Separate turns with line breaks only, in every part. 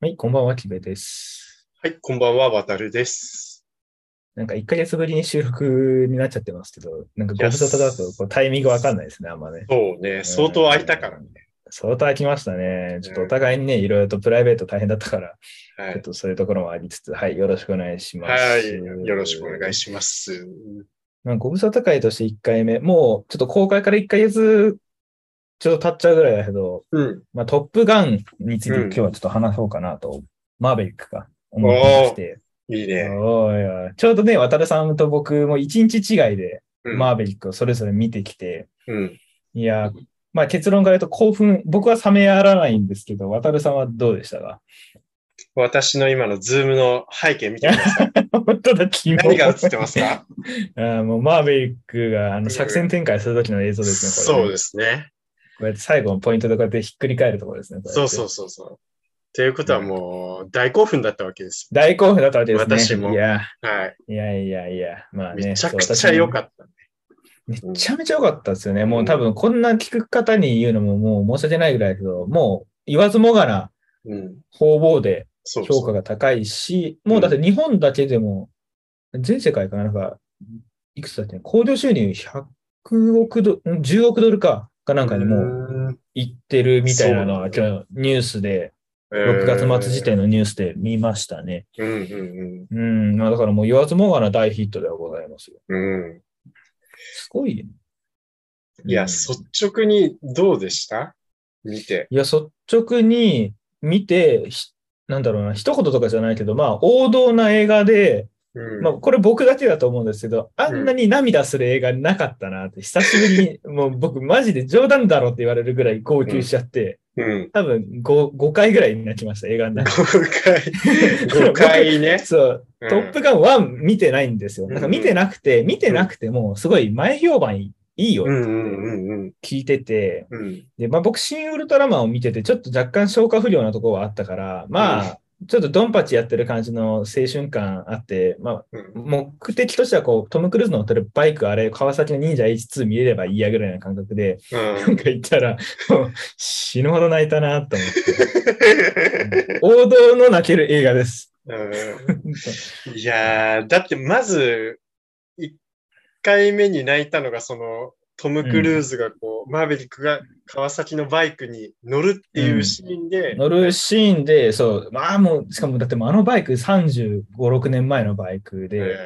はい、こんばんは、キベです。
はい、こんばんは、わたるです。
なんか1ヶ月ぶりに収録になっちゃってますけど、なんかご無沙汰だとこうタイミングわかんないですね、あんまね。
そうね、相当空いたからね。
相当空きましたね。ちょっとお互いにね、いろいろとプライベート大変だったから、はい、ちょっとそういうところもありつつ、はい、よろしくお願いします。
はい、よろしくお願いします。
まあ、ご無沙汰会として1回目、もうちょっと公開から1ヶ月ちょっと経っちゃうぐらいだけど、うん、まあ、トップガンについて今日はちょっと話そうかなと、うん、マーベリックか思ってきて。
いいね
おいおい。ちょうどね、渡るさんと僕も一日違いで、マーベリックをそれぞれ見てきて、うん、いや、まあ結論から言うと興奮、僕は冷めやらないんですけど、渡るさんはどうでしたか
私の今のズームの背景見てま した。
本当だ、キ
モ何が映ってますか
あもうマーベリックがあの作戦展開するときの映像です
ね、これ、ね、そうですね。
こうやって最後のポイントでこうやってひっくり返るところですね。
そうそうそうそう。ということはもう大興奮だったわけです。
大興奮だったわけですね。
私も。
いや、
はい、
いやいやいや、まあね。
めちゃくちゃ良かった、ね、
めちゃめちゃ良かったですよね。もう多分こんな聞く方に言うのももう申し訳ないぐらいだけど、もう言わずもがな方々で評価が高いし、もうだって日本だけでも、全世界かな、なんか、いくつだっけ、興行収入100億ドル、10億ドルか。かなんかにも行ってるみたいなのは、今日ニュースで、6月末時点のニュースで見ましたね。、
うん
うん、まあだからもう言わずもがな大ヒットではございますよ。
うん。
すごい、ね。
いや、率直にどうでした見て。
いや、率直に見て、なんだろうな、一言とかじゃないけど、まあ王道な映画で、うん、まあ、これ僕だけだと思うんですけど、あんなに涙する映画なかったなって、久しぶり に、もう僕マジで冗談だろって言われるぐらい号泣しちゃって、うんうん、 多分 5, 5回ぐらい泣きました、映画の中。
5回。5回ね。
そう、トップガン1見てないんですよ。なんか見てなくて、見てなくても、すごい前評判いい。いいよって聞いてて、で、まあ僕、新ウルトラマンを見てて、ちょっと若干消化不良なところはあったから、まあ、ちょっとドンパチやってる感じの青春感あって、まあ、目的としてはこう、トム・クルーズの乗ってるバイク、あれ、川崎の忍者 H2 見れればいいやぐらいな感覚で、うん、なんか言ったら、死ぬほど泣いたなと思って。王道の泣ける映画です。
うん、いやー、だってまず、1回目に泣いたのが、その、トム・クルーズがこう、うん、マーベリックが川崎のバイクに乗るっていうシーンで。
うん、乗るシーンで、そう、まあもう、しかもだってあのバイク35、6年前のバイクで、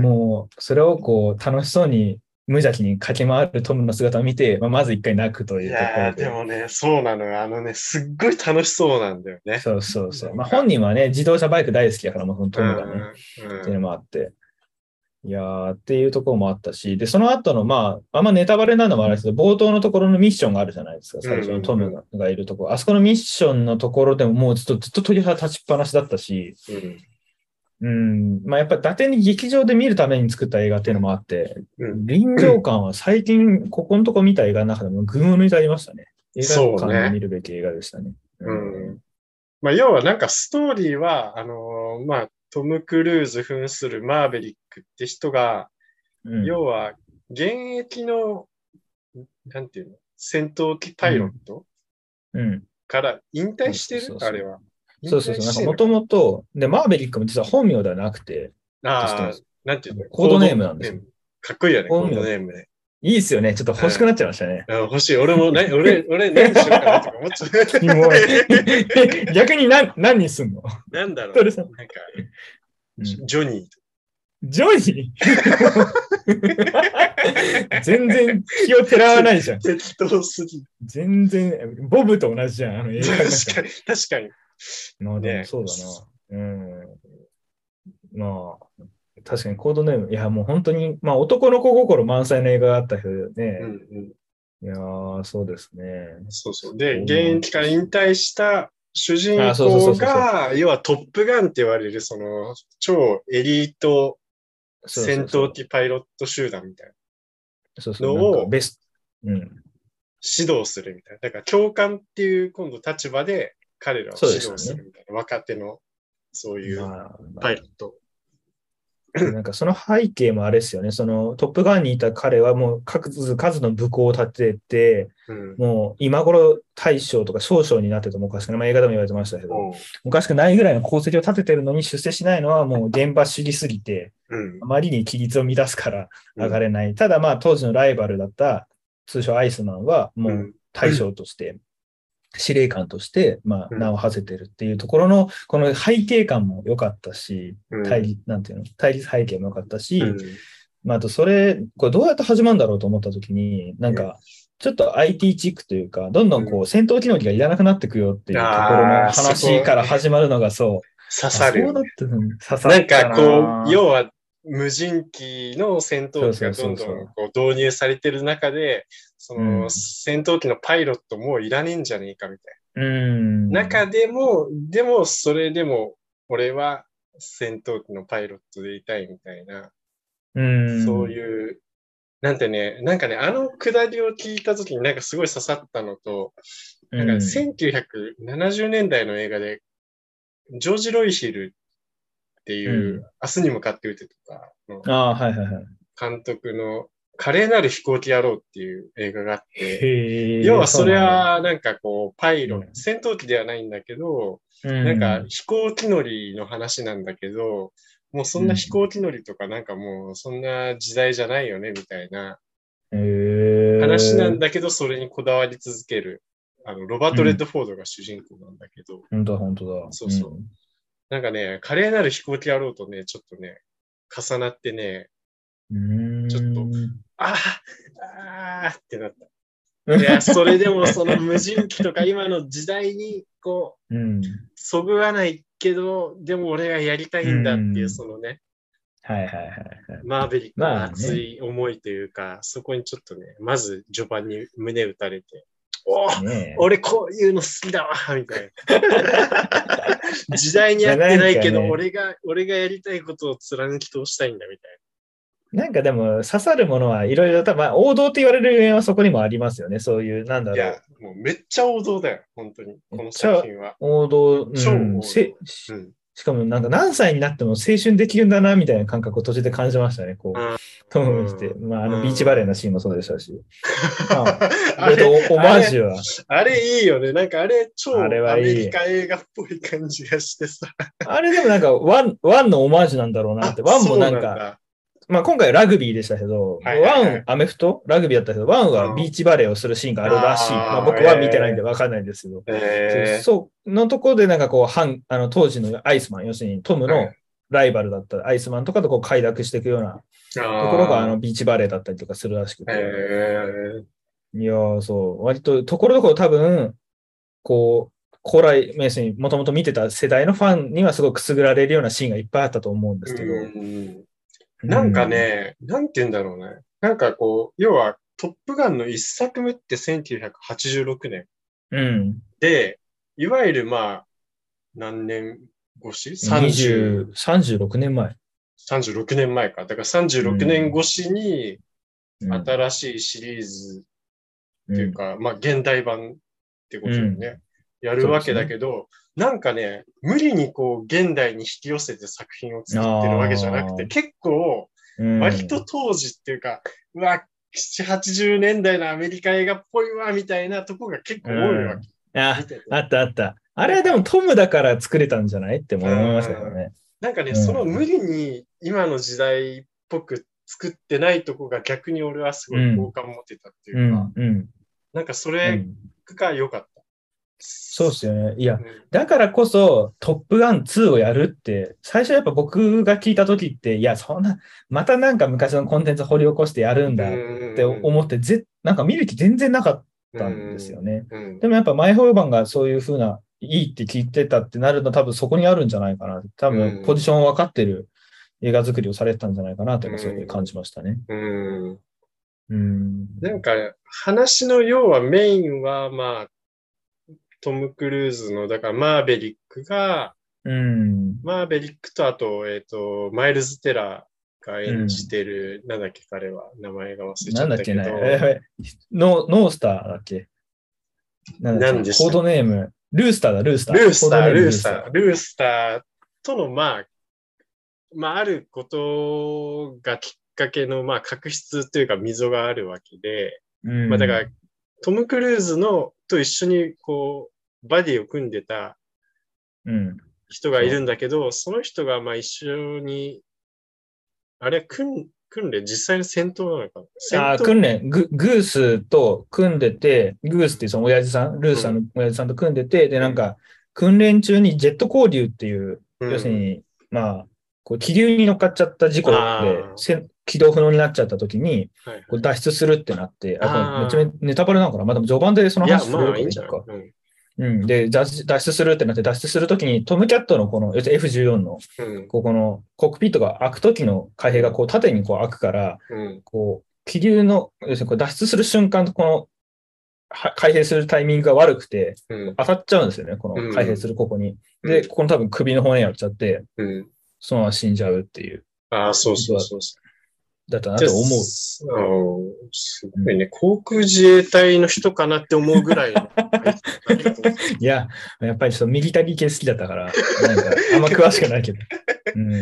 もう、それをこう、楽しそうに無邪気に駆け回るトムの姿を見て、まあ、まず一回泣くというところ
で。でもね、そうなのよ。あのね、すっごい楽しそうなんだよね。
そうそうそう。まあ、本人はね、自動車バイク大好きだから、もうそのトムがね、うんうん、っていうのもあって。いやーっていうところもあったし、で、その後の、まあ、あんまネタバレなのもあるけど、冒頭のところのミッションがあるじゃないですか、最初のトムがいるところ。あそこのミッションのところでももうずっとずっと鳥肌立ちっぱなしだったし、うん、うんまあやっぱ伊達に劇場で見るために作った映画っていうのもあって、うん、臨場感は最近ここのとこ見た映画の中でも群を抜いてありましたね。映画館で見るべき映画でしたね。
う,ねうん。まあ要はなんかストーリーは、あのー、まあトム・クルーズ扮するマーベリックって人が、うん、要は現役の、なんていうの、戦闘機パイロット、
うん、
から引退してる、あれは。
そうそうそう。なんかもともと、で、マーベリックも実は本名ではなくて、
ああ、なんていうの
コードネームなんですよ。
かっこいいよね、コードネームね。
いいっすよね。ちょっと欲しくなっちゃいましたね。
うん、欲しい。俺 も、な俺、俺何しようかなとか思っちゃ
う。 逆に何、何にすんの
なんだろう。なんか、ジョニー。
ジョニー全然気をてらわないじゃん。
適当すぎ。
全然、ボブと同じじゃん。あの
映画確かに、確かに。
まあでもそうだな。うん。まあ。確かにコードネーム、いやもう本当に、まあ男の子心満載の映画があったけどね。うんうん、いやー、そうですね。
そうそう。で、現役から引退した主人公が、要はトップガンって言われる、その超エリート戦闘機パイロット集団みたい
なのを指
導するみたいな。だから教官っていう今度立場で彼らを指導するみたいな。ね、若手のそういうパイロット。
なんかその背景もあれですよね。そのトップガンにいた彼はもう数々の武功を立てて、
うん。
もう今頃大将とか少将になっててもおかしくない。まあ、映画でも言われてましたけど、
おう
おかしくないぐらいの功績を立ててるのに出世しないのはもう現場主義すぎて、
うん
あ。まりに規律を乱すから
うん
上がれない。ただまあ当時のライバルだった通称アイスマンはも
う。
うん大将として、司令官として、まあ、
うん
名を馳せてるっていうところの、この背景感も良かったし、
うん
対立、なんていうの、対立背景も良かったし、
うん
まあ、あとそれ、これどうやって始まるんだろうと思ったときに、なん
うん
か、ちょっと IT チックというか、どんどんこう、戦闘機能機がいらなくなってくよっていうところの
あーそ
話
こ
から始まるのがそう。
刺さ
あそう
る
だ。ったの刺さった
なんかこう、
よ
要は無人機の戦闘機がど
そ
んど
うそうそ
んこう導入されてる中で、そ
うん
の戦闘機のパイロットもういらねえんじゃねえかみたい
うん。
な。中でも、でもそれでも俺は戦闘機のパイロットでいたいみたいな、
うん、
そういう、なんてね、なんかね、あのくだりを聞いた時になんかすごい刺さったのと、なんか
うん
1970年代の映画で、ジョージ・ロイヒルっていう、
うん
明日に向かって打てとかの
ああ、はいはいはい。
監督の華麗なる飛行機野郎っていう映画があって、
へえ
要はそれ、
う
はなんかこう、パイロ
う
ン、戦闘機ではないんだけど、
な
なんん
だ
か、飛行機乗りの話なんだけど、もうそんな飛行機乗りとかなんかもうそんな時代じゃないよねみたいな
へえ
話なんだけど、それにこだわり続ける。あの、ロバート・レッドフォードが主人公なんだけど、
本当だ、本当だ。。
そうそうんなんかね、華麗なる飛行機野郎とね、ちょっとね、重なってね、
うーん
ちょっとああ、あーってなった。いや、それでもその無人機とか今の時代にこう、
うん。
そぐわないけど、でも俺がやりたいんだっていうう、
ん
そのね、
はいはいはいはい。
マーベリック
ま
の
あね
熱い思いというか、そこにちょっとね、まず序盤に胸打たれて、おお
ねえ
俺こういうの好きだわみたい な。時代に合ってないけど、
いやなんかね
俺が、俺がやりたいことを貫き通したいんだみたい
なんかでも、刺さるものはいろいろと、まあ、王道って言われるゆえんはそこにもありますよね。そういう、なんだ
な。い
ろ
や
う。、
もうめっちゃ王道だよ、本当に。こ
めっ
の
ちゃ
作品は。
王道、う
超王
ん、
道
せし
うん。
しかも、なんか何歳になっても青春できるんだな、みたいな感覚を途中で感じましたね。こ
うん
う、トムして。まあ、あ
う
の、
ん
ビーチバレーのシーンもそうでしたし。まあ
あ
えっと
れ、
オマージュは。
あれいいよね。なんかあれ、超
あれ
ア
はいい
メリカ映画っぽい感じがしてさ。
あれでもなんか、ワン、ワンのオマージュなんだろうなって。ワンもなん
そう
か、まあ今回ラグビーでしたけど、
はいはいはい
ワン、アメフトラグビーだったけど、ワンはビーチバレーをするシーンがあるらしい。
あー
まあ僕は見てないんでわかんないんですけど。
だ。えー
そう、のところでなんかこう、反あの当時のアイスマン、要するにトム
は
の
い
ライバルだったアイスマンとかとこう快諾していくようなところがあの、ビーチバレーだったりとかするらしくて。
えー
いやー、そう、割と、ところどころ多分、こう、古来、要するにもともと見てた世代のファンにはすごくくすぐられるようなシーンがいっぱいあったと思うんですけど。
うんなんかね、なんて言うんだろうね。なんかこう、要は、トップガンの一作目って1986年
うん、うん。
で、いわゆるまあ、何年越し ?30、
20 36年前。
36年前か。だから36年越しに
うん
新しいシリーズ
う
っ
ん
ていうか、まあ現代版ってことよね、やるわけだけど、なんかね、無理にこう現代に引き寄せて作品を作ってるわけじゃなく
あ
て、
ー
結構
うん
割と当時っていうか、うわ、7、80年代のアメリカ映画っぽいわ、みたいなとこが結構多いわけ。
あ
見、てて
あったあった。あれはでもトムだから作れたんじゃないって思いましたけどね。
なんかね、
うん
その無理に今の時代っぽく作ってないとこが逆に俺はすごい好感持てたっていううか、
ん、うん。
なんかそうれ
ん
が良かった。
そうっすよね。いや
う、ん
だからこそ、トップガン2をやるって、最初やっぱ僕が聞いた時って、いや、そんな、またなんか昔のコンテンツ掘り起こしてやるんだっ
って
思って、ぜなんか見る気全然なかったんですよね。
うん
でもやっぱ前評判がそういうふうな、いいって聞いてたってなると多分そこにあるんじゃないかな。多
う
分
ん
ポジションを分かってる映画作りをされてたんじゃないかなというか、そういうふうに感じましたね。
うん
うん。
なんか、話の要はメインは、まあ、トム・クルーズの、だからマーベリックが、
うん。
マーベリックと、あと、えっ、と、マイルズ・テラーが演じてる、なんだっけ、彼は、名前が忘れち
なん
ゃっ
だ
た
っ
け
け
ど、
な、えーノノースターだっけなんだっけ
何でした
コードネーム。ルースターだ、ルースター。
ルース
コ
ター、
ドネム
ルースター、ルースターとの、まあ、まあ、あることがきっかけの、まあ、確執というか溝があるわけで、
うん
まあ、だから、トム・クルーズのと一緒に、こう、バディを組んでた
うん。
人がいるんだけど、その人が、まあ、一緒に、あれは訓、訓練、実際の戦闘なのかな戦
あー
闘
訓練グ、グースと組んでて、グースっていうその親父さん、ルースさんの親父さんと組んでて、で、なんか、訓練中にジェット交流っていう、
うん
要するに、まあ、こう気流に乗っかっちゃった事故で
あー
せん、軌道不能になっちゃった時に、
はいはい
こう脱出するってなって、あこれ
あー
めっちゃネタバレなのかなまあ、でも序盤でその
いや、
話する
まあ、いいんじゃ
と
ない
か。
うん
うん。で、脱脱出するってなって、脱出するときに、トムキャットのこの、要するに F14 の、
うん
ここのコックピットが開く時の開閉がこう縦にこう開くから、
うん
こう、気流の、要するにこう脱出する瞬間とこの、は開閉するタイミングが悪くて、
うん
当たっちゃうんですよね、この
うん
開閉するここに。
うん
で、ここの多分首の骨やっちゃって、
うん
そのまま死んじゃうっていう、
ああ、そうそうそうそう。
だったなと思う。
じゃあうんすごいね。航空自衛隊の人かなって思うぐら いの。ありがとうございます
いや、やっぱりそのミリタリー系好きだったから、なんかあんま詳しく ないけど。うん。
だ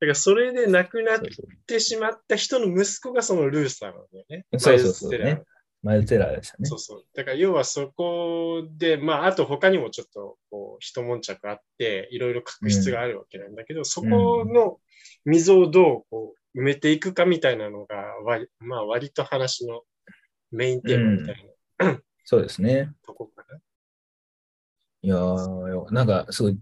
からそれで亡くなっ
そうそう
てしまった人の息子がそのルースさんなんだよね。
そうそうそう
マイルステラー
ねマイルテラーですよね。
そうそう。だから要はそこで、まあ、あと他にもちょっと、こう、一悶着あって、いろいろ確執があるわけなんだけど、そこの溝をどうこう埋めていくかみたいなのが割、まあ、割と話のメインテーマみたいな
そうですね。
とこかな。
いやーよなんかすごい、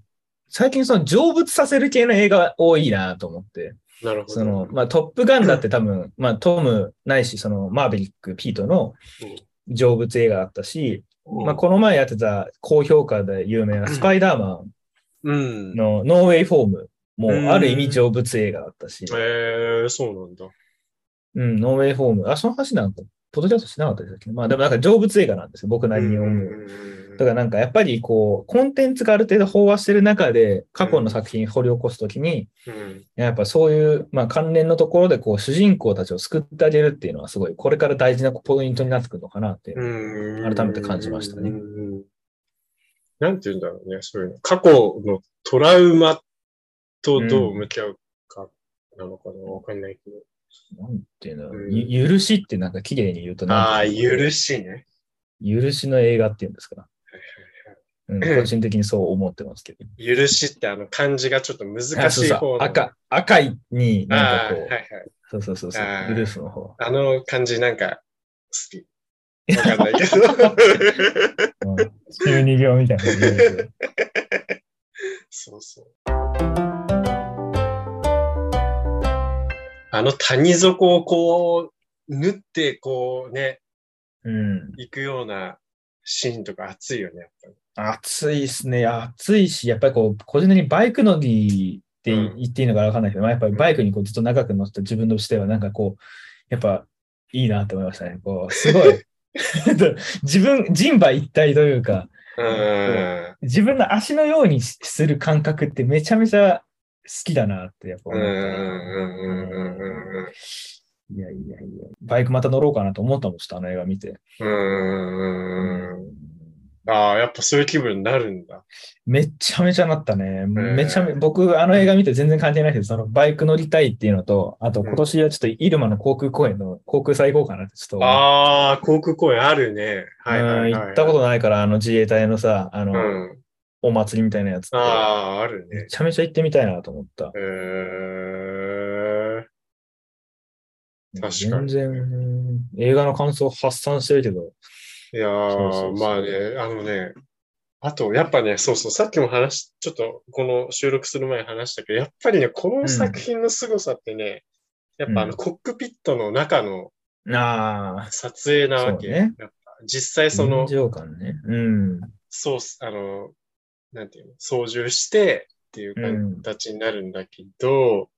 最近その成仏させる系の映画多いなと思って、
なるほど。
その、まあトップガンだって多分、まあトムないし、そのマーベリック、ピートの成仏映画だったし、
うん
まあこの前やってた高評価で有名なスパイダーマ
うん
ン。のノーウェイフォームもある意味成仏映画だったし、
えー、そうなんだ。
うん、ノーウェイフォーム。あ、その話なんか、ポトキャストしなかったですけど、まあでもなんか成仏映画なんですよ、僕なりに思う。だからなんかやっぱりこう、コンテンツがある程度飽和してる中で、過去の作品掘り起こすときに、
うん
やっぱそういう、まあ、関連のところでこう主人公たちを救ってあげるっていうのはすごいこれから大事なポイントになってくるのかなって。
うん
改めて感じましたね
うんなんて言うんだろうね、そういうの。過去のトラウマとどう向き合うかなのかな、わかんないけど。
なんていうの、
うん
ゆ許しってなんか綺麗に言うと
あ
な
あ、
んていう
許しね。
の許しの映画っていうんですか。うん、個人的にそう思ってますけど。
許しってあの漢字がちょっと難
あ
し
そう
い
そう
方の。
赤、赤いに、なん
あ
か
あ、
こ
は
う
い、はい。
そうそうそうそう
あ、ー
許すの方。
あの漢字なんか好き。わかんないけ ど。
うん、12秒みたいな。
そうそう。あの谷底をこう、縫ってこうね、
うん。
行くようなシーンとか熱いよね、やっぱり。
暑いですね。暑いし、やっぱりこう、個人的にバイク乗りって
うん
言っていいのかわかんないけど、まあやっぱりバイクにこうずっと長く乗ってた自分としては、なんかこう、やっぱいいなと思いましたね。こう、すごい。 自分、人馬一体というか、
う
自分の足のようにする感覚ってめちゃめちゃ好きだなってやっぱ
ん。うん。う
思った
ん。うん。うん。
な。いやいやいや、バイクまた乗ろうかなと思ったもん、ちょっとあの映画見て。
うん。うん。ああ、やっぱそういう気分になるんだ。
めっちゃめちゃなったね。
ん
めちゃめ、僕、あの映画見て全然関係ないけど、そのバイク乗りたいっていうのと、あと今年はちょっと入間の航空公園の航空祭行こうかなって、ちょっと、
ああ、航空公園あるね。はいはい、
う
は
ん
い。
行ったことないから、あの自衛隊のさ、あの、
うん。
お祭りみたいなやつって
ああ、ある
め
ね。
ちゃめちゃ行ってみたいなと思った。
え確か
全
に
然、映画の感想発散してるけど、
いや
そうそう
ー、
そう
まあね、あのね、あと、やっぱね、そうそう、さっきも話し、ちょっとこの収録する前に話したけど、やっぱりね、この作品の凄さってね、やっぱあ
う
の、コックピットの中の
ああ、
撮影なわけ。
そうね
やっぱ実際その、
臨場感ね。うん。
そう、あの、なんていうの、操縦してっていう
うん
形になるんだけど、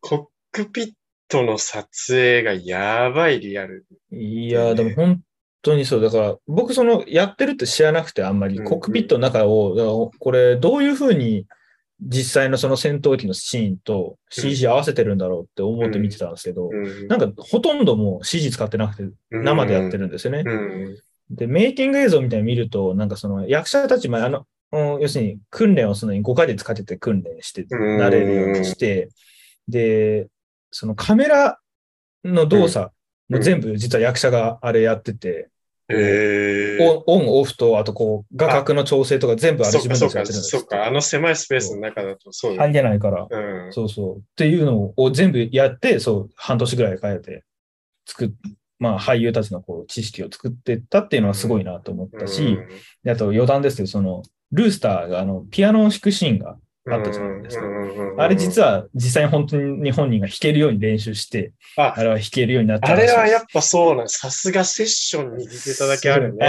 コックピットの撮影がやばいリアル。
いやー、でも本当にそう。だから、僕、その、やってるって知らなくて、あんまり、
うん
コックピットの中を、だからこれ、どういうふうに、実際のその戦闘機のシーンと CG 合わせてるんだろうって思って見てたんですけど、
うん
なんか、ほとんどもう CG 使ってなくて、生でやって
る。
るんですよね
う。ん。
で、メイキング映像みたいに見ると、なんかその、役者たち、まあ、あの、要するに訓練をするのに5ヶ月かけて訓練して、なれるようにして、で、そのカメラの動作も全部実は役者があれやってて、
えー、
オン、オフと、あとこう、画角の調整とか全部あれ自分たちやってるんです
そうか、あの狭いスペースの中だとそう
入れないから、
うん、
そうそう。っていうのを全部やって、そう、半年ぐらいかけて、作っ、まあ、俳優たちのこう、知識を作ってったっていうのはすごいなと思ったし、うんうん、あと余談ですけど、その、ルースターがあの、ピアノを弾くシーンがあったじゃないですか。あれ実は実際に本当に本人が弾けるように練習して、あれは弾けるようになった
あれはやっぱそうなんさすがセッションに似てただけあ る
ね。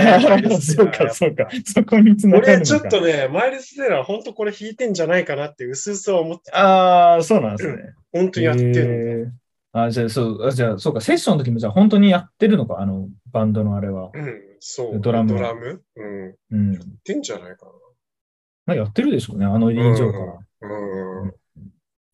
そうか、そうか。そこにつ
ながる俺ちょっとね、マイルス・テラー本当これ弾いてんじゃないかなって薄々は思って
ああ、そうなんですね。
うん、本当にやってる、
ね、あじゃあ、そう、じゃあ、そうか、セッションの時もじゃあ本当にやってるのか、あの、バンドのあれは。
うん、そう。
ドラム。。
ドラムうん
うん、
やってんじゃないかな。
まあ、やってるでしょうね、あの臨場から。
うん。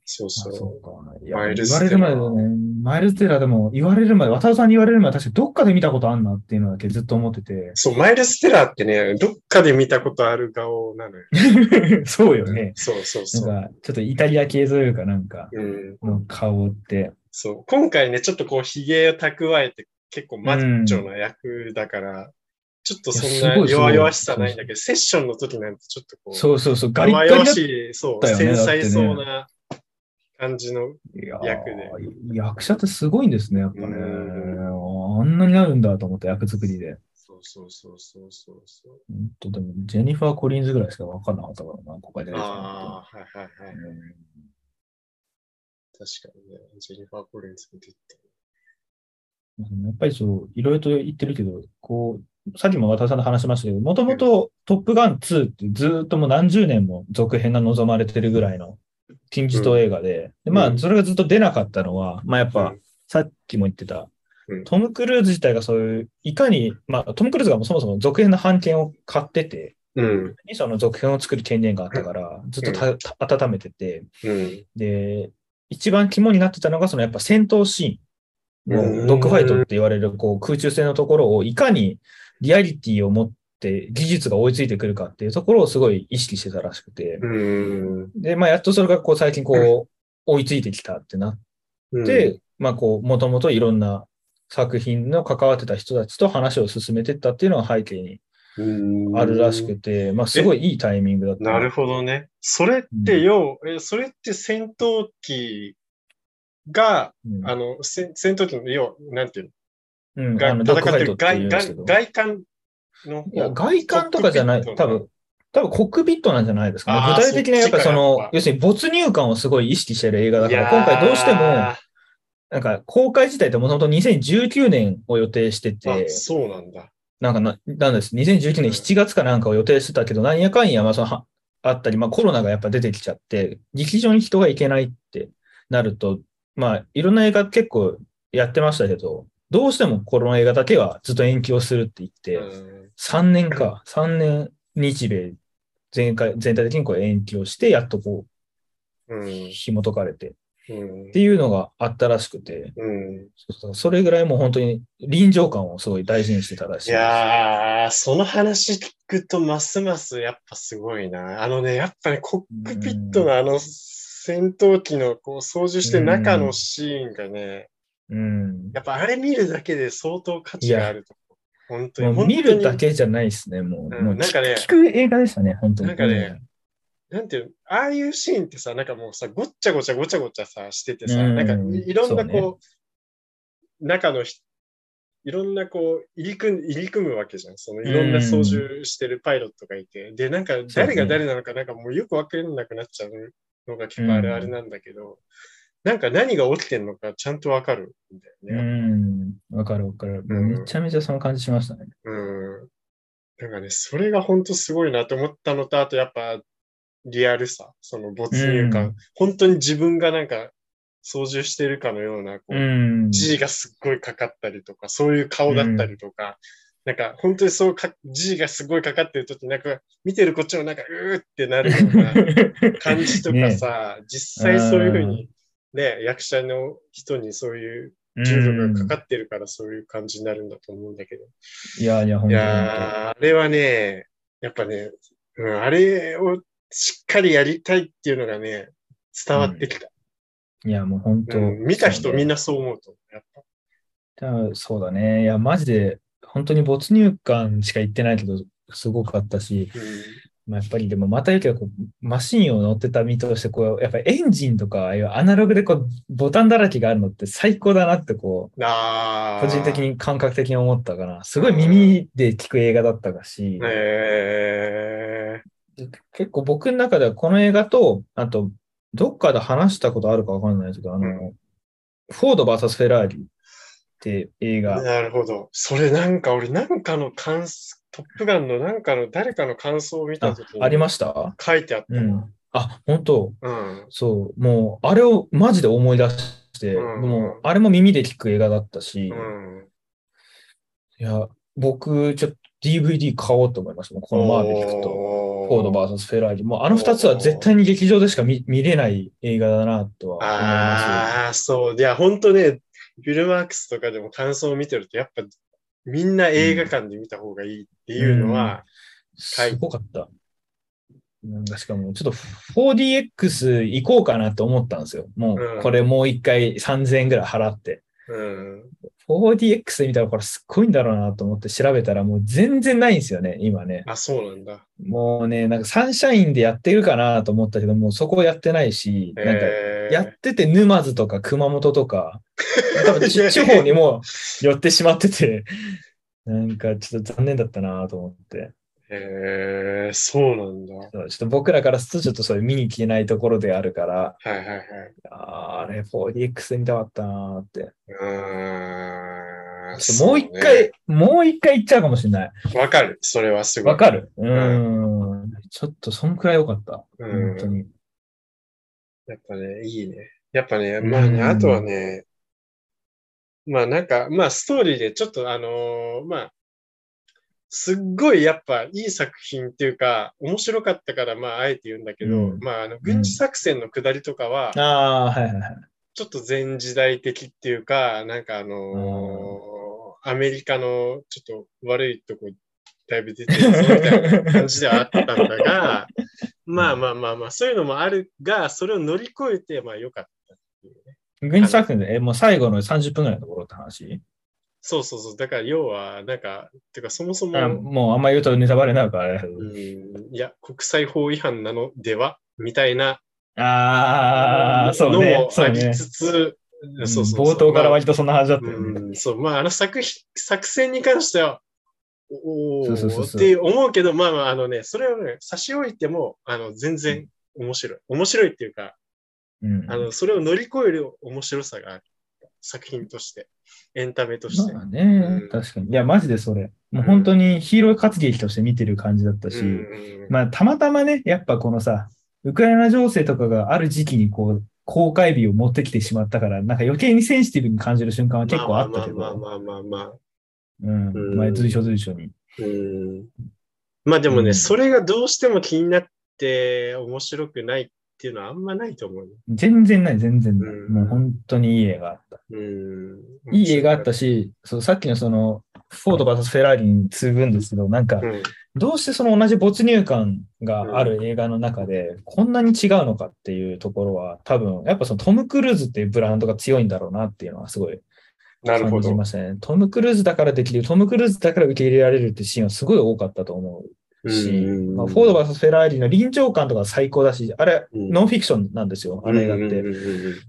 そうそう。そう
か言われるまでね、マイルズ・テラーでも言われるまで、渡辺さんに言われるまで、確かどっかで見たことあんなっていうのだけずっと思ってて。
そう、マイルズ・テラーってね、どっかで見たことある顔なのよ。
そうよね。
そうそうそう。
なんか、ちょっとイタリア系というかなんか、の顔って。
そう、今回ね、ちょっとこう、髭を蓄えて、結構マッチョな役だから、ちょっとそんな弱々しさないんだけど、セッションの時なんてちょっとこう、
そうそうそう、
ガリガリだったよ、ね。そう、繊細そうな感じの役で。
役者ってすごいんですね、やっぱね。あんなになるんだと思った、役作りで。
そうそうそうそうそうそう。
本当でも、ジェニファー・コリンズぐらいしか分かんなかったからな、ここで。
ああ、はいはいはい。確かにね、ジェニファー・コリンズ見てって。
やっぱりそう、いろいろと言ってるけど、こう、さっきも渡さんと話しましたけど、もともとトップガン2ってずっともう何十年も続編が望まれてるぐらいの金字塔映画で、うん、でまあそれがずっと出なかったのは、まあやっぱさっきも言ってた、うん、トム・クルーズ自体がそういう、いかに、まあトム・クルーズがそもそも続編の版権を買ってて、
うん、
その続編を作る権限があったから、ずっと温めてて、で、一番肝になってたのが、そのやっぱ戦闘シーン、ドッグファイトって言われるこう空中戦のところをいかにリアリティを持って技術が追いついてくるかっていうところをすごい意識してたらしくて。で、まあ、やっとそれがこう最近こう追いついてきたってなって、うん、まあ、こう、もともといろんな作品の関わってた人たちと話を進めてったっていうのが背景にあるらしくて、まあ、すごいいいタイミングだった。
なるほどね。それってよ、うん、それって戦闘機が、うん、あの、戦闘機の、要なんていうの
うん、あの戦ってる
外外観の
いや、外観とかじゃない、多分多分コックピットなんじゃないですかね。具体的にやっぱその、要するに没入感をすごい意識してる映画だから、今回どうしても、なんか公開自体ってもともと2019年を予定してて、
そうなんだ。
なんかな、なんです。2019年7月かなんかを予定してたけど、なんやかんや、まあその、あったり、まあコロナがやっぱ出てきちゃって、劇場に人が行けないってなると、まあいろんな映画結構やってましたけど、どうしてもこの映画だけはずっと延期をするって言って、3年か、3年、日米全体全体的にこう延期をして、やっとこう、紐解かれて、っていうのがあったらしくて、それぐらいもう本当に臨場感をすごい大事にしてたらしい。
いやー、その話聞くとますますやっぱすごいな。あのね、やっぱり、ね、コックピットのあの戦闘機のこう操縦して中のシーンがね、
うん、
やっぱあれ見るだけで相当価値があると。本当に。
見るだけじゃないですね、もう。うん、もう
なんかね、
聞く映画でしたね、本当に。
なんかね、なんていうああいうシーンってさ、なんかもうさ、ごっちゃごちゃごちゃごちゃさ、しててさ、うん、なんかいろんなこう、うね、中のいろんなこう入り組入り組むわけじゃん。そのいろんな操縦してるパイロットがいて、で、なんか誰が誰なのか、なんかもうよくわからなくなっちゃうのが結構あるあれなんだけど、うんなんか何が起きてるのかちゃんとわかるんだ
ね。
よ
うん。わかるわかる。うん、めちゃめちゃその感じしましたね。
うん。なんかね、それが本当すごいなと思ったのと、あとやっぱリアルさ、その没入感。うん、本当に自分がなんか操縦してるかのような、こう、うん、G がすっごいかかったりとか、そういう顔だったりとか、うん、なんか本当にそうか、G がすごいかかってるとき、なんか見てるこっちもなんか、うーってなるような感じとかさ、ね、実際そういうふうにね、役者の人にそういう重力がかかってるからそういう感じになるんだと思うんだけど。
いやいや、
本当に。いやあれはね、やっぱね、うん、あれをしっかりやりたいっていうのがね、伝わってきた。、
うん、いや、もう本当、うん
見た人みんなそう思うと思う。やっ
ぱそうだね。いや、マジで、本当に没入感しか言ってないけど、すごかったし、うん、まあ、やっぱりでもまた言うけどこう、マシンを乗ってた身としてこう、やっぱりエンジンとか、アナログでこうボタンだらけがあるのって最高だなってこう、個人的に感覚的に思ったから、すごい耳で聞く映画だったかし、
え
ー、結構僕の中ではこの映画と、あと、どっかで話したことあるかわかんないけど、あの、うん、フォード VS フェラーリって映画。
なるほど。それなんか俺なんかの感トップガンのなんかの誰かの感想を見たとき
ありました
書いてあった。
うん、あ、本当、
うん、、
そう、もうあれをマジで思い出して、うん、もうあれも耳で聞く映画だったし、うんいや、僕ちょっと DVD 買おうと思いました。このマーヴェリックとフォード VS フェラーリ。もうあの2つは絶対に劇場でしか見見れない映画だなとは思います。
ああ、そう。いや、本当ね、フィルマークスとかでも感想を見てると、やっぱみんな映画館で見た方がいいっていうのは、うんうん、
すごかった。なんかしかも、ちょっと 4DX 行こうかなと思ったんですよ。もう、これもう一回3000円ぐらい払って。
うん、
4DX で見たらこれすっごいんだろうなと思って調べたらもう全然ないんですよね、今ね。
あ、そうなんだ。
もうね、なんかサンシャインでやってるかなと思ったけど、もうそこやってないし、なんかやってて沼津とか熊本とか、多分地方にも寄ってしまってて、なんかちょっと残念だったなと思って。
へえー、そうなんだ。
ちょっと僕らからするとちょっとそれ見に行けないところであるから、
はいはいはい。
あれ、4DX 見たかったなって。。
うん
もう一回、ね、もう一回行っちゃうかもしれない。
わかる。それはすご
い。わかる。うん。ちょっとそんくらい良かった。うん本当に。
やっぱね、いいね。やっぱね、まあね、あとはね、まあなんか、まあストーリーでちょっとあのー、まあ、すっごいやっぱいい作品っていうか、面白かったから、まあ、あえて言うんだけど、うん、まあ、あの、軍事作戦の下りとかは、
うん、ああ、はいはいはい。
ちょっと前時代的っていうか、なんかあのー、アメリカのちょっと悪いとこ、だいぶ出てるみたいな感じではあったんだが、まあまあまあまあ、そういうのもあるが、それを乗り越えて、まあよかったっていう
ね。軍事作戦で、え、もう最後の30分ぐらいのところって話
そうそうそう。だから要は、なんか、てかそもそも。
もうあんま言うとネタバレになるから、
ね、うん。いや、国際法違反なのではみたいな。
ああ、そうね。
ありつつ、そうそう
冒頭から割とそんな話だったよ
ね。そう、まあ、あの作作戦に関しては、おおって思うけど、まあまあ、あのね、それをね、差し置いても、あの、全然面白い。面白いっていうか、
うん、
あの、それを乗り越える面白さがある。作品として、エンタメとして。
まあね、うん、確かに。いや、マジでそれ。もう本当にヒーロー活劇として見てる感じだったし、うん、まあ、たまたまね、やっぱこのさ、ウクライナ情勢とかがある時期にこう、公開日を持ってきてしまったから、なんか余計にセンシティブに感じる瞬間は結構あったけど。
まあまあまあまあ、まあ、
うん。うん、まあ、随所随所に。
うん。まあでもね、それがどうしても気になって面白くないっていうのはあんまないと思う、ね、
全然ない、全然ない。うん、もう本当にいい映画あった。
うん、
いい映画あったし、そうさっきのその、フォード VS フェラーリに次ぐんですけど、なんか、うん、どうしてその同じ没入感がある映画の中で、こんなに違うのかっていうところは、多分、やっぱそのトム・クルーズっていうブランドが強いんだろうなっていうのはすごい
感
じましたね。トム・クルーズだからできる、トム・クルーズだから受け入れられるってシーンはすごい多かったと思う。し、まあ、フォード VS フェラーリの臨場感とか最高だし、あれ、うん、ノンフィクションなんですよ、あれ映画って。っ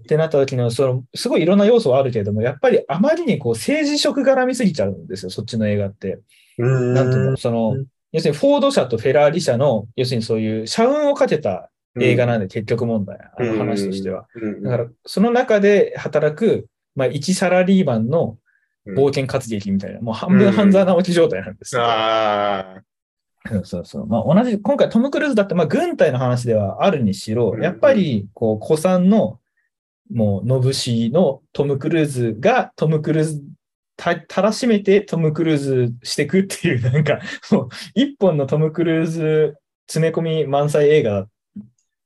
てなった時の、その、すごいいろんな要素はあるけれども、やっぱりあまりにこう政治色絡みすぎちゃうんですよ、そっちの映画って。
ん
なんとも、その、要するにフォード社とフェラーリ社の、要するにそういう社運をかけた映画なんで、結局問題、あの話としては。だから、その中で働く、まあ、一サラリーマンの冒険活劇みたいな、もう半分半沢直樹状態なんですよ。そうそうそう。まあ、同じ、今回トム・クルーズだって、まあ、軍隊の話ではあるにしろ、やっぱり、こう、子さんの、もう、ノブ氏のトム・クルーズが、トム・クルーズ、た、たらしめてトム・クルーズしてくっていう、なんか、 もう、一本のトム・クルーズ詰め込み満載映画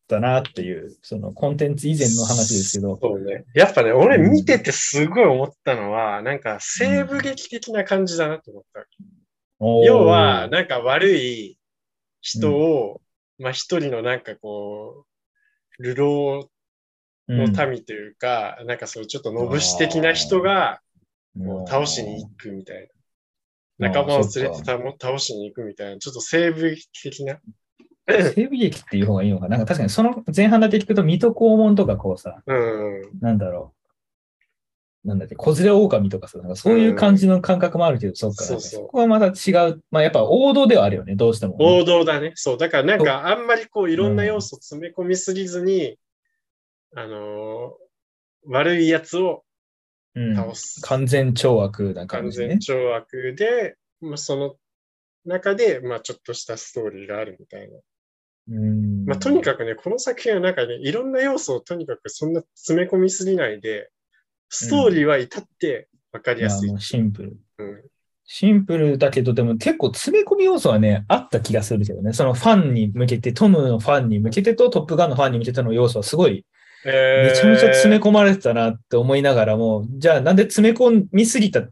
だなっていう、そのコンテンツ以前の話ですけど。
そうね。やっぱね、俺見ててすごい思ったのは、うん、なんか、西部劇的な感じだなと思った。
うん
要は、なんか悪い、人を、うん、まあ一人のなんかこう、流浪の民というか、うん、なんかそう、ちょっとのぶし的な人が、もう倒しに行くみたいな。仲間を連れてたも倒しに行くみたいな、ちょっと西部劇的な。
西部劇っていう方がいいのかなんか確かにその前半だけ聞くと、水戸黄門とかこうさ、
うん、
なんだろう。なんだっけ、子連れ狼とかさ、なんかそういう感じの感覚もあるけど、うん、そうか、そうそうそこはまた違う。まあやっぱ王道ではあるよね、どうしても、
ね、王道だね。そう、だからなんかあんまりこういろんな要素詰め込みすぎずに、うん、あのー、悪いやつを倒
う
す。
ん、完全懲悪な感
じ、ね、完全懲悪で、まあ、その中で、まあちょっとしたストーリーがあるみたいな。
うん
まあ、とにかくね、この作品はなんかね、いろんな要素をとにかくそんな詰め込みすぎないで、ストーリーは至って分かりやすい。
うん、シンプル、
うん。
シンプルだけど、でも結構詰め込み要素はね、あった気がするけどね、そのファンに向けて、トムのファンに向けてと、トップガンのファンに向けての要素はすごい、めちゃめちゃ詰め込まれてたなって思いながらも、えー、じゃあなんで詰め込みすぎた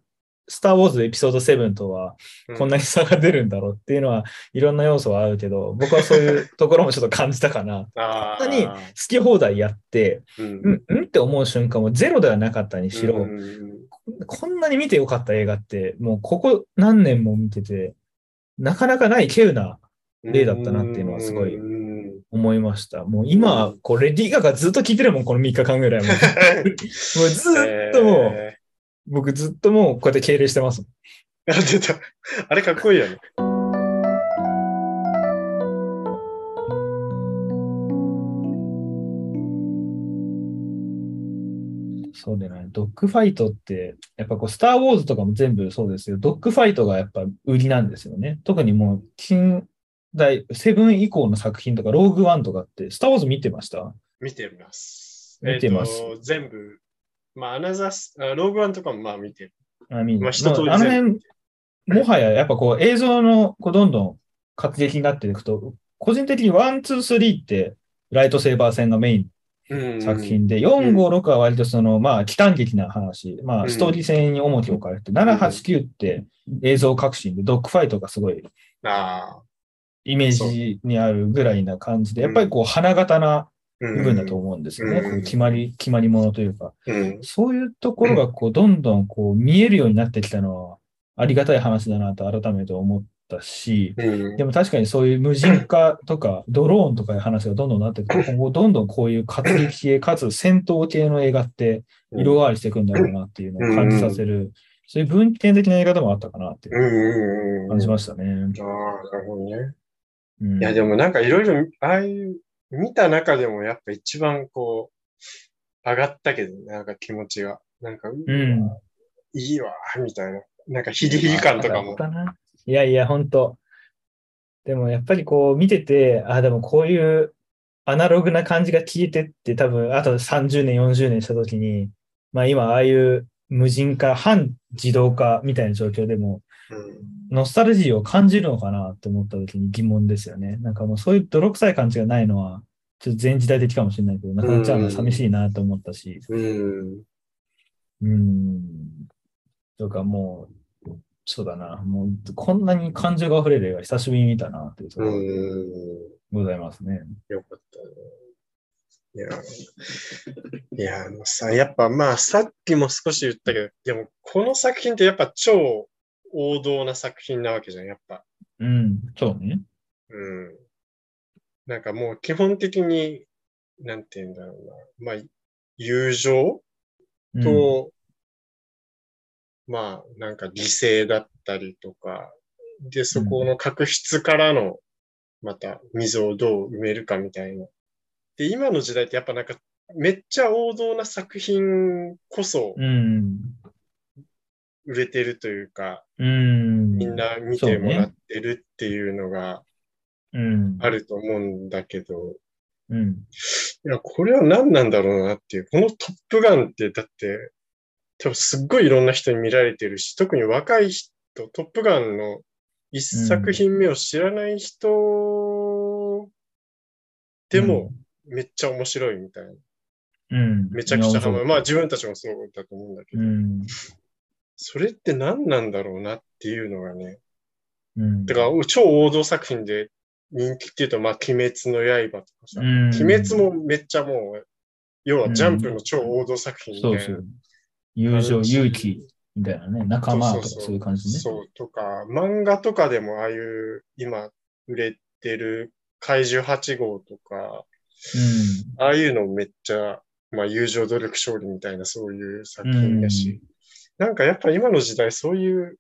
スター・ウォーズエピソード7とはこんなに差が出るんだろうっていうのは、いろんな要素はあるけど、僕はそういうところもちょっと感じたかな。
あ
んなに好き放題やって、うん、うん、って思う瞬間もゼロではなかったにしろ、うん、こんなに見てよかった映画って、もうここ何年も見てて、なかなかない稀有な例だったなっていうのはすごい 思いました。もう今、こうレディーガがずっと聞いてるもん、この3日間ぐらいも。もうずっともう、えー僕ずっともうこうやって敬礼してます。
あ、出た。あれかっこいいよね。
そうだよね。ドッグファイトって、やっぱこう、スター・ウォーズとかも全部そうですよ。ドッグファイトがやっぱ売りなんですよね。特にもう、近代、セブン以降の作品とか、ローグワンとかって、スター・ウォーズ見てました
見てます。
見てます。
えー、全部まあ、アナザース、ローグワンとかもまあ見てる。
あ見
まあ、一通り
あの辺、もはややっぱこう映像のこうどんどん活劇になっていくと、個人的にワン、ツー、スリーってライトセーバー戦がメイン作品で、4、5、6は割とその、まあ、忌憚劇な話、まあ、ストーリー戦に重きを置かれて、7、8、9って映像革新で、ドッグファイトがすごい、イメージにあるぐらいな感じで、やっぱりこう、花形な、部分だと思うんですよね。うん、決まり、決まりものというか、
うん、
そういうところがこう、どんどんこう、見えるようになってきたのは、ありがたい話だなと改めて思ったし、
うん、
でも確かにそういう無人化とか、ドローンとかいう話がどんどんなっていくと、今後どんどんこういう活劇系かつ戦闘系の映画って、色変わりしていくんだろうなっていうのを感じさせる、そういう分岐点的な映画でもあったかなって感じましたね。ああ、、
なるほどね。いや、でもなんかいろいろ、ああいう見た中でもやっぱ一番こう、上がったけど、ね、なんか気持ちが。なんか、うんいいわ、みたいな。なんかヒリヒリ感とかも。
いやいや、ほんと。でもやっぱりこう見てて、あ、でもこういうアナログな感じが消えてって多分、あと30年、40年した時に、まあ今ああいう無人化、反自動化みたいな状況でも、、
うん
ノスタルジーを感じるのかなって思った時に疑問ですよね。なんかもうそういう泥臭い感じがないのは、ちょっと全時代的かもしれないけど、なかなか寂しいなと思ったし。
うん。
うん。とかもう、そうだな。もうこんなに感情が溢れる映画久しぶりに見たなっていうところございますね。
よかったね。いや、いや、あのさ、やっぱまあさっきも少し言ったけど、でもこの作品ってやっぱ超王道な作品なわけじゃん、やっぱ。
うん、そうね。
うん。なんかもう基本的に、なんて言うんだろうな。まあ、友情と、うん、まあ、なんか犠牲だったりとか、で、そこの確執からの、また溝をどう埋めるかみたいな。で、今の時代ってやっぱなんか、めっちゃ王道な作品こそ、
うん、
売れてるというか、
うん、
みんな見てもらってるっていうのがあると思うんだけど、
うん、
いや、これは何なんだろうなっていう。このトップガンって、だって、多分すっごいいろんな人に見られてるし、特に若い人、トップガンの一作品目を知らない人でもめっちゃ面白いみたいな。
うん、
めちゃくちゃハマる。まあ自分たちもそうだと思うんだけど。
うん
それって何なんだろうなっていうのがね。
うん、
だから、超王道作品で、人気っていうと、まあ、鬼滅の刃とかさ、鬼滅もめっちゃもう、要はジャンプの超王道作品みたいな。そうそう
友情、勇気みたいなね、仲間とかそういう感じね。
そうとか、漫画とかでもああいう今売れてる怪獣8号とか、うん、ああいうのめっちゃ、まあ、友情努力勝利みたいなそういう作品だし、うん、なんかやっぱ今の時代そういう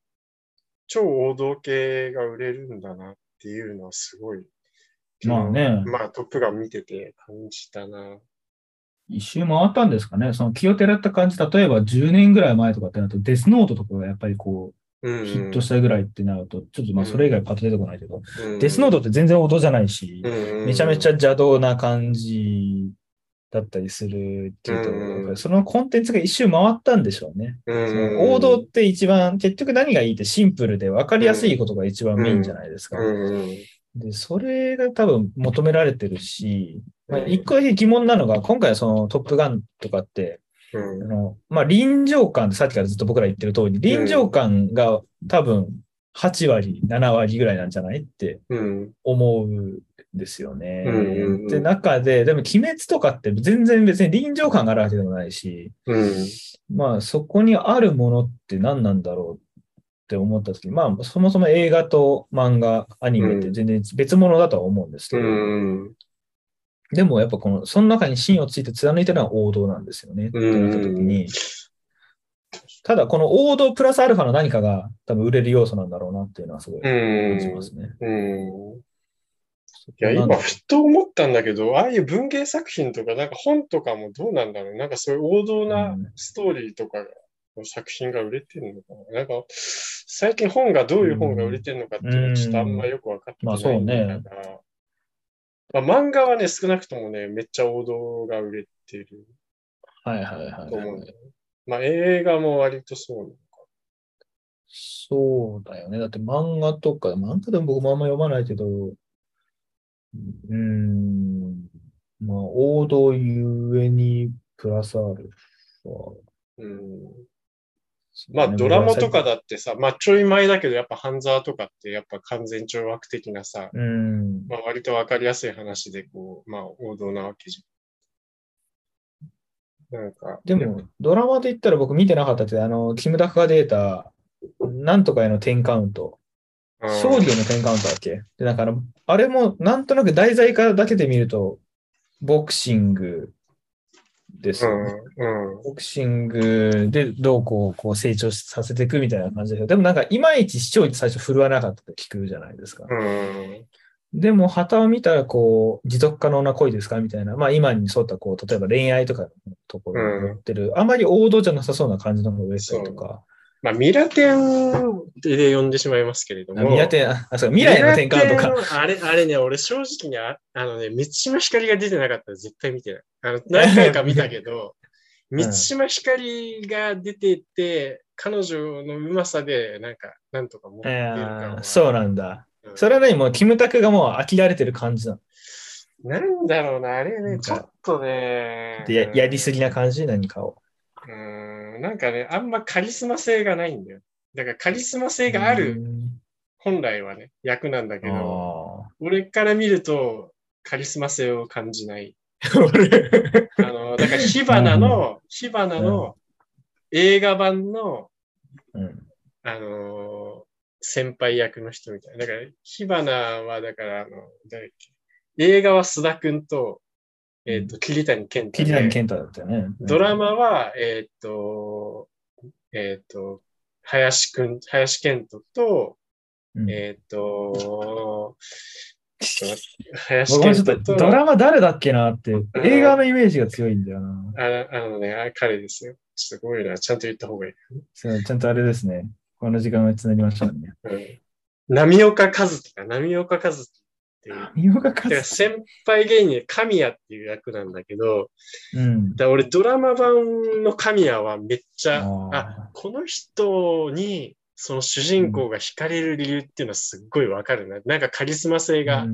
超王道系が売れるんだなっていうのはすごい、
まあね、
まあトップが見てて感じたな。
一周回ったんですかね、その気をてらった感じ、例えば10年ぐらい前とかってなると、デスノートとかがやっぱりこう、うんうん、ヒットしたぐらいってなると、ちょっとまあそれ以外パッと出てこないけど、うんうん、デスノートって全然音じゃないし、うんうん、めちゃめちゃ邪道な感じだったりするっていうと、うんうん、そのコンテンツが一周回ったんでしょうね。うんうん、その王道って一番、結局何がいいってシンプルで分かりやすいことが一番メインじゃないですか。で、それが多分求められてるし、まあ、一個だけ疑問なのが、今回そのトップガンとかって、うん、あのまあ、臨場感、さっきからずっと僕ら言ってる通り、臨場感が多分8割、7割ぐらいなんじゃないって思うんですよね。で、中で、でも鬼滅とかって全然別に臨場感があるわけでもないし、うん、まあそこにあるものって何なんだろうって思った時まあそもそも映画と漫画、アニメって全然別物だとは思うんですけど、うんでもやっぱこの、その中に芯をついて貫いてるのは王道なんですよね。ってなった時に、ただこの王道プラスアルファの何かが多分売れる要素なんだろうなっていうのはすごい感じますね。
いや、今、ふと思ったんだけど、ああいう文芸作品とか、なんか本とかもどうなんだろうなんかそういう王道なストーリーとかの作品が売れてるのかな、なんか、最近本がどういう本が売れてるのかっていうのはちょっとあんまよく分かってないんだから。まあねまあ、漫画はね、少なくともね、めっちゃ王道が売れてる。
はいはいはい、はい。
まあ映画も割とそうなのか。
そうだよね。だって漫画とか、漫画でも僕もあんま読まないけど、うん、まあ王道ゆえにプラスアルファ。
うん。まあドラマとかだってさ、まあちょい前だけど、やっぱ半沢とかってやっぱ完全懲悪的なさ、うん、まあ割とわかりやすい話で、こう、まあ王道なわけじゃん。なんか。
でも、ドラマで言ったら僕見てなかったって、あの、キムタクが出た、なんとかへの10カウント。勝利への10カウントだっけで、だから、あれもなんとなく題材化だけで見ると、ボクシング、ですよね、うんうん、ボクシングでどうこうこう成長させていくみたいな感じだけど、でもなんかいまいち視聴率最初振るわなかったって聞くじゃないですか。うん、でも旗を見たらこう持続可能な恋ですかみたいな、まあ今に沿ったこう例えば恋愛とかのところに載ってる、あまり王道じゃなさそうな感じのが上したりとか。
まあ、ミラテンで呼んでしまいますけれども。
ミラテン、あ、そう、未来の転換とか。
あれ、あれね、俺正直にあ、あのね、満島ひかりが出てなかったら絶対見てない。あの、何回か見た けど、満島ひかりが出てて、彼女のうまさで、なんか、なんとか持ってるか
そうなんだ。うん、それはね、もう、キムタクがもう飽きられてる感じなの。
なんだろうな、あれね、ちょっとね。
ややりすぎな感じ、何かを。
うんなんかね、あんまカリスマ性がないんだよ。だからカリスマ性がある、本来はね、役なんだけど、俺から見るとカリスマ性を感じない。あのだから火花の、火花の映画版の、うん、あの先輩役の人みたいな。だから火花は、だからあの、誰っけ映画は須田くんと、えっ、と、桐谷健太、
桐谷健太だったよね。
ドラマは、えっ、と、えっ、と、林くん、林健人と、えっ、と、
林健人と。ドラマ誰だっけなって、映画のイメージが強いんだよな。
あのね、彼ですよ。ちょっとごめんな、ちゃんと言った方がいい。
そうちゃんとあれですね。この時間がつなりました ね。
波岡和樹か、波岡和樹。て先輩芸人、神谷っていう役なんだけど、うん、だ俺ドラマ版の神谷はめっちゃ、あこの人にその主人公が惹かれる理由っていうのはすっごいわかるな。なんかカリスマ性が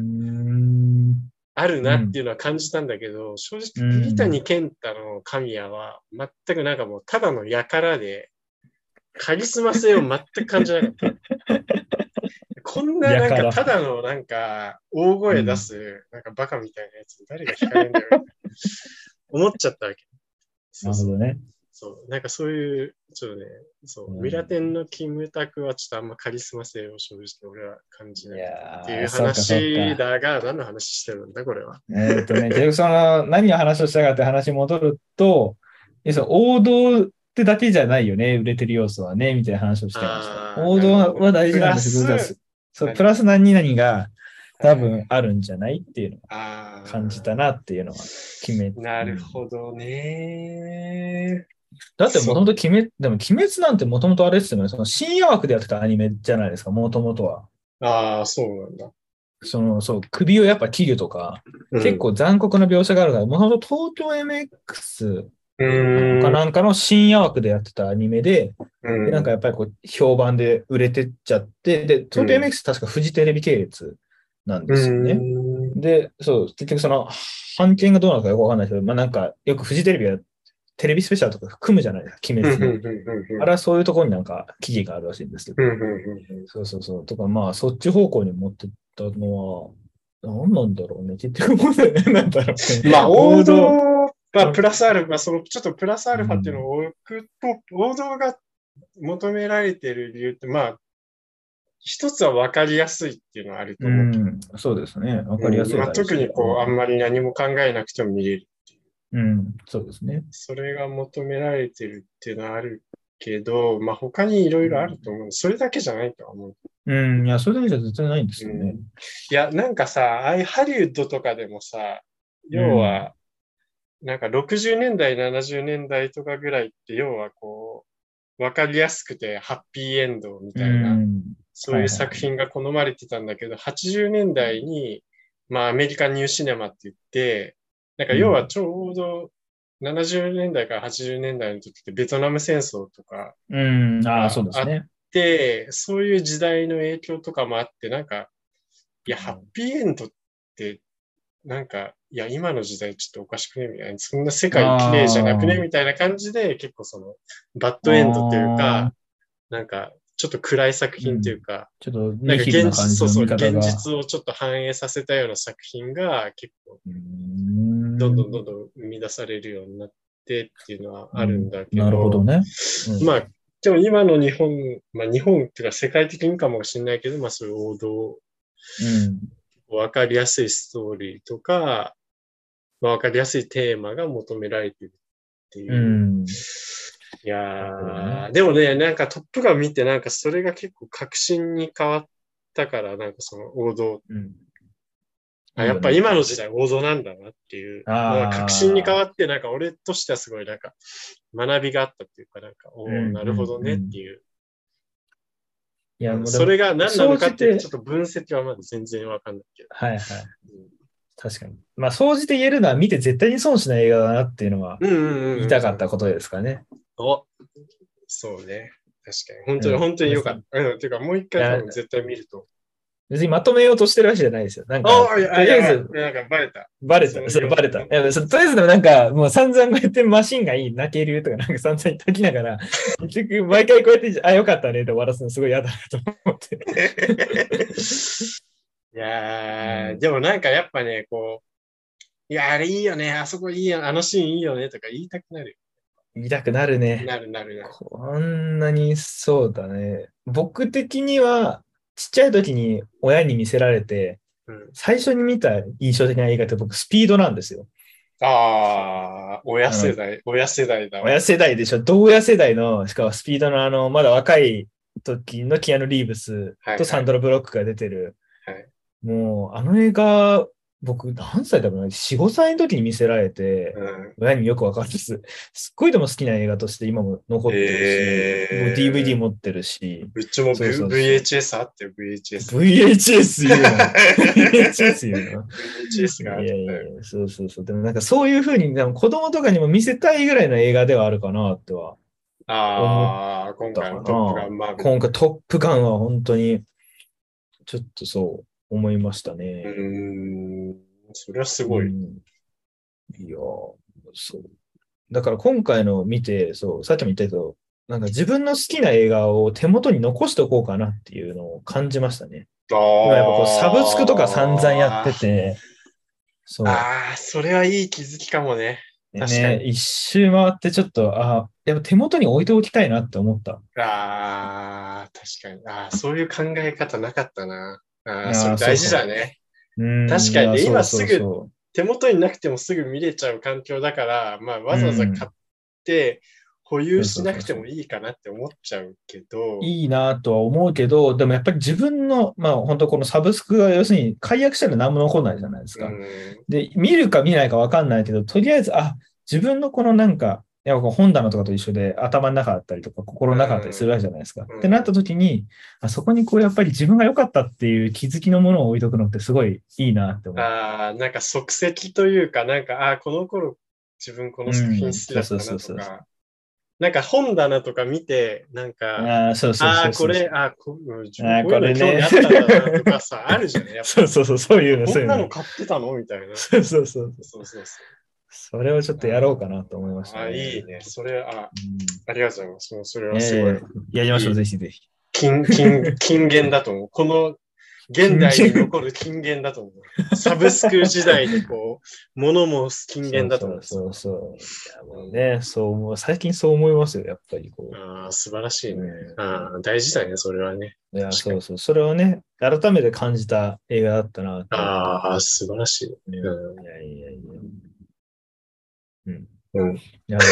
あるなっていうのは感じたんだけど、うん、正直、桐谷健太の神谷は全くなんかもうただ の輩で、カリスマ性を全く感じなかった。こんな、なんか、ただの、なんか、大声出す、なんか、バカみたいなやつ、誰が惹かれるんだ ろう。思っちゃったわけ。
なるほどね。
そう、なんかそういう、ちょっとね、そう、ミラテンのキムタクはちょっとあんまカリスマ性を正直俺は感じないっていう話だが、何の話してるんだ、これは。
えっとね、結局その何の話をしたかって話に戻ると、その王道ってだけじゃないよね、売れてる要素はね、みたいな話をしてました。王道は大事なんですけど、そう、プラス何々が、多分あるんじゃないっていうのを感じたなっていうのは決め
なるほどね。
だってもともと鬼滅、でも鬼滅なんてもともとあれですよね、その深夜枠でやってたアニメじゃないですか、もともとは。
ああ、そうなんだ。
その、そう、首をやっぱ切るとか、うん、結構残酷な描写があるから、もともと東京 MX かなんかの深夜枠でやってたアニメで、でなんかやっぱりこう評判で売れてっちゃって、で、東京 MX 確かフジテレビ系列。なんですよね。で、そう、結局その、判件がどうなのかよくわかんないけど、まあなんか、よくフジテレビはテレビスペシャルとか組むじゃないですか、決めずに。あれはそういうところになんか、記事があるらしいんですけど。そうそうそう。とか、まあ、そっち方向に持ってったのは、何なんだろうね。結局、もうなんだろう、、
ね、まあ、王道、まあ、プラスアルファ、その、ちょっとプラスアルファっていうのを置くと、王道が求められてる理由って、まあ、一つは分かりやすいっていうのはあると思う、うん
そうですね。分かりやすい、。
うんまあ、特にこう、あんまり何も考えなくても見れるっていう
うん、そうですね。
それが求められてるっていうのはあるけど、まあ他にいろいろあると思う、うん。それだけじゃないとは思う。
うん、いや、それだけじゃ絶対ないんですよね。うん、
いや、なんかさ、ああいうハリウッドとかでもさ、要は、なんか60年代、70年代とかぐらいって、要はこう、分かりやすくてハッピーエンドみたいな。そういう作品が好まれてたんだけど、はいはい、80年代に、まあ、アメリカンニューシネマって言って、なんか要はちょうど70年代から80年代の時ってベトナム戦争とか
うん、ああそうです
ね。あって、そういう時代の影響とかもあって、なんか、いや、ハッピーエンドって、なんか、いや、今の時代ちょっとおかしくねみたいな、そんな世界綺麗じゃなくねみたいな感じで、結構その、バッドエンドというか、なんか、ちょっと暗い作品というか、
うん、ちょっと
なんか現実そうそう現実をちょっと反映させたような作品が結構、どんどんどんどん生み出されるようになってっていうのはあるんだけど、うん、
なるほどね、
うん、まあ、でも今の日本、まあ日本っていうか世界的にかもしれないけど、まあそういう王道、うん、わかりやすいストーリーとか、まあ、わかりやすいテーマが求められてるっていう。いやー、でもね、なんかトップガン見て、なんかそれが結構確信に変わったから、なんかその王道。うん、あやっぱ今の時代王道なんだなっていう、あ確信に変わって、なんか俺としてはすごいなんか学びがあったっていうか、なんか、おお、なるほどねっていう。いや、それが何なのかっていう、ちょっと分析はまだ全然わかんないけど。
はいはい。うん確かに。まあ、総じて言えるのは見て絶対に損しない映画だなっていうのは、言いたかったことですかね。
おそうね。確かに。本当に、本当によかった。うん、ていうか、もう一回絶対見ると。
別にまとめようとしてるわけじゃないですよ。なんか、
とりあえず、なんかバレた。
バレた。それバレた。いやとりあえずでもなんか、もう散々こうやってマシンがいい、泣けるとか、なんか散々書きな がら、結局毎回こうやって、あ、よかったねって終わらすのすごい嫌だなと思って。
いやー、でもなんかやっぱね、こう、いや、あれいいよね、あそこいいよ、あのシーンいいよねとか言いたくなる。
見たくなるね。
なるなるなる。
こんなにそうだね。僕的には、ちっちゃい時に親に見せられて、うん、最初に見た印象的な映画って僕、スピードなんですよ。
ああ、親世代、親世代だ。
親世代でしょ。同親世代の、しかもスピードのあの、まだ若い時のキアヌ・リーブスとサンドラ・ブロックが出てる。はいはいもう、あの映画、僕、何歳だろうな、4、5歳の時に見せられて、うん、親によくわかるんです。すっごいでも好きな映画として今も残ってるし、えー、もう DVD 持ってるし。
うちも VHS あってよ、VHS。
VHS 言う な。VHS 言うな。
VHS があ
った。いやいや、そうそうそう。でもなんかそういうふうに、でも子供とかにも見せたいぐらいの映画ではあるかな、とは。
ああ、今回のトップガン
マ今回トップガンは本当に、ちょっとそう。思いましたね。
うん、それはすごい。うん、
いやそう。だから今回の見て、そう、さっきも言ったけど、なんか自分の好きな映画を手元に残しておこうかなっていうのを感じましたね。今やっぱこうサブスクとか散々やってて、そう。
ああ、それはいい気づきかもね。確か
ね、一周回ってちょっと、あやっぱ手元に置いておきたいなって思った。
ああ、確かに。ああ、そういう考え方なかったな。あ
や
あ、それ大事だね。
うん
確かにね
いや
今す
そ
ぐ
うそうそう
手元になくてもすぐ見れちゃう環境だから、まあ、わざわざ買って保有しなくてもいいかなって思っちゃうけど、
いいなとは思うけど、でもやっぱり自分の、まあ本当このサブスクが要するに解約したら何も残んないじゃないですか。
うん
で、見るか見ないか分かんないけど、とりあえず、あ、自分のこのなんか、いやこう本棚とかと一緒で頭の中だったりとか心の中だったりするわけじゃないですか。
うん
ってなった時に、あそこにこうやっぱり自分が良かったっていう気づきのものを置いとくのってすごいいいなって思う。
ああ、なんか即席というか、なんか、ああ、この頃自分この作品好きだった
うんそう
な
そ
と
うそうそ
か、なんか本棚とか見て、なんか、
ああ、そうそう
あ
そ
あ、
うそ
こ
う。
れ、ああ、こうん自
あー
分こういうの
こ
興
れ
味
ね
あったんだなとか さ、あるじゃないやっ
そうそうそう、そういうの、
ぱこ
そうい
ん
う
なの
の。
買ってたのみたいな。
そうそうそう。
そうそうそ
それをちょっとやろうかなと思いまし
う。
た、
あ、いいね。それ、あ、
うん
ありがとうございます。もうそれ
え
はすごい。
えやりましょう、ぜひぜひ。
金、金、金言だと思う。この現代に残る金言だと思う。サブスク時代にこう、物申す金言だと思う。
そうそうそうそう。いやもうね、そう思う。最近そう思いますよ、やっぱりこう。
ああ、素晴らしいね。
う
ああ、大事だね、それはね。
んいや、
確か
そ
に
うそう。それをね、改めて感じた映画だったなと
ああ、素晴らしい。
ね
う
いやいやいや。うん。
うん
いや、なんか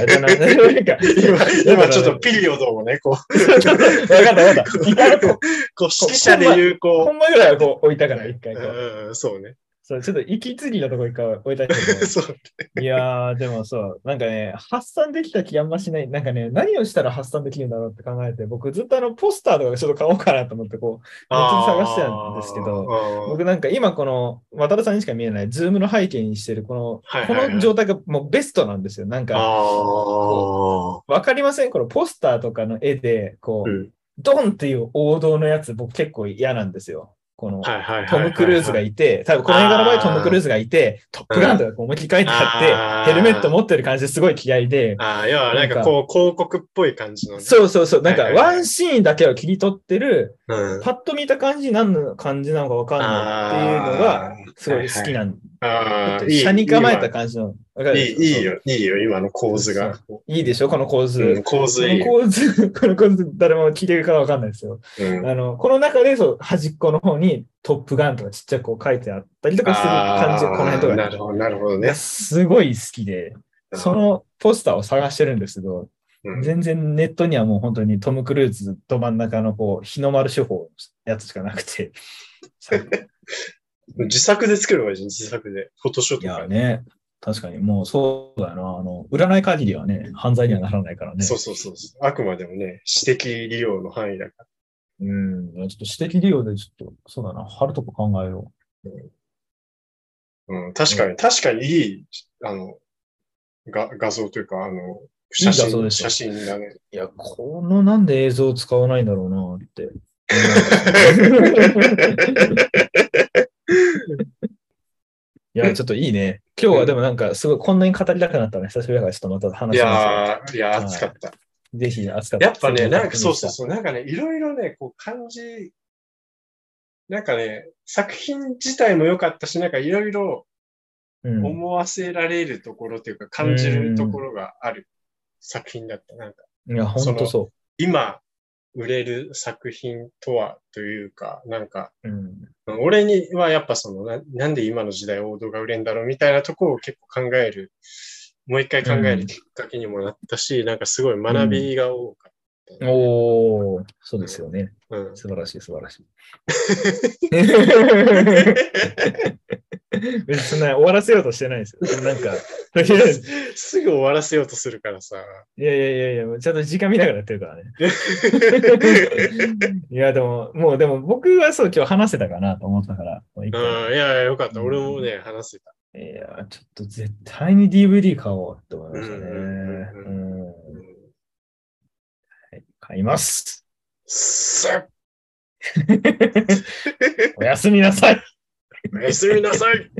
あれ だな。なん か、
今、今ちょっ
わ
とピリオドもね、こう、
かったわかった。一 回こ
こう指揮者で言う、
う、
こ
本番ぐらいはこう置いた
う、
から、一回こう。
うん、そうね。
そう、ちょっと息継ぎのとこ一回置いたけど。
そう。
いやー、でもそう、なんかね、発散できた気あんましない。なんかね、何をしたら発散できるんだろうって考えて、僕ずっとあの、ポスターとかでちょっと買おうかなと思って、こう、ネットで探してたんですけど、
ど、
僕なんか今この、渡辺さんにしか見えない、ズームの背景にしてる、この、
はい
こ
はいはい
の状態がもうベストなんですよ。なん
あ
か、
あ、
わかりませんこのポスターとかの絵で、こ
う
う、
ん。
ドンっていう王道のやつ、僕結構嫌なんですよ。この、
はいはいはいはいはい。
トム・クルーズがいて、多分この映画の場合トム・クルーズがいて、トップガンとかこう思いっきり書いてあって、
うん
ヘルメット持ってる感じですごい気合いで、
ああ、要はなんかこう、広告っぽい感じのね。
そうそうそう、なんか
はいはいは
ワ
い
ンシーンだけを切り取ってる、
うん。
パッと見た感じ何の感じなのかわかんないっていうのが、すごい好きなん
ああ、いい。
車に構えた感じの。わかる
いい、いい。よ、いいよ、今の構図が。
いいでしょこの構
うん、
図。
構
こ
図いい
の
よ。
構図、この構図、誰も聞いてるからわかんないですよ。
うん、
あの、この中で、そう、端っこの方にトップガンとかちっちゃくこう書いてあったりとかする感じが、この辺とかに
あーなるほど、なるほど
いや
ね。
すごい好きで、そのポスターを探してるんですけど、
うん、
全然ネットにはもう本当にトム・クルーズど真ん中のこう日の丸手法のやつしかなく て。
自作で作ればいいじゃん、自作で。フォトショッ
い
トか
や
ら。
ね、確かにもうそうだよな、あの、売らない限りはね、犯罪にはならないからね。
そうそうそうそう。あくまでもね、私的利用の範囲だか
うん、いやちょっと私的利用でちょっと、そうだな、貼るとこ考えよ
ら。うん、確かに、確かにいい、あの、が画像というか、あの、写
いい画像
真、
でしょ
写真 だね。
う。いや、このなんで映像を使わないんだろうなって。 いや、ちょっといいね。今日はでもなんか、すごい、こんなに語りたくなったね。久しぶりだから、ちょっとまた話
い
しま
やー、いやー、熱かった。
すよ。ぜひ、熱かった。
やっぱね、なんかそうそう
う。
そう、なんかね、いろいろね、こう感じ、なんかね、作品自体も良かったし、なんかいろいろ
うん、
思わせられるところというか、感じるところがある作品だった。なんか、
いや、ほんとそ
今、売れる作品とはというか、なんか、
う。うん。
俺にはやっぱそのな、なんで今の時代王道が売れんだろうみたいなところを結構考える、もう一回考えるきっかけにもなったし、なんかすごい学びが多かった。
おー、そうですよね。
うん
素晴らしい、素晴ら しい。別にね終わらせようとしてないですよ。なんか、とりあえず
すぐ終わらせようとするから さ。
いやいやいやいや、もうちゃんと時間見ながらやってるからね。 いや、でも、もう、でも僕はそう、今日話せたかなと思ったから、もう一
う
回
ん、いやいや、よかった。
うん
俺もね、話せた。
いや、ちょっと絶対に DVD 買おうって思いましたね。
う
うん買います。
すっ
おやすみなさい。
おやすみなさい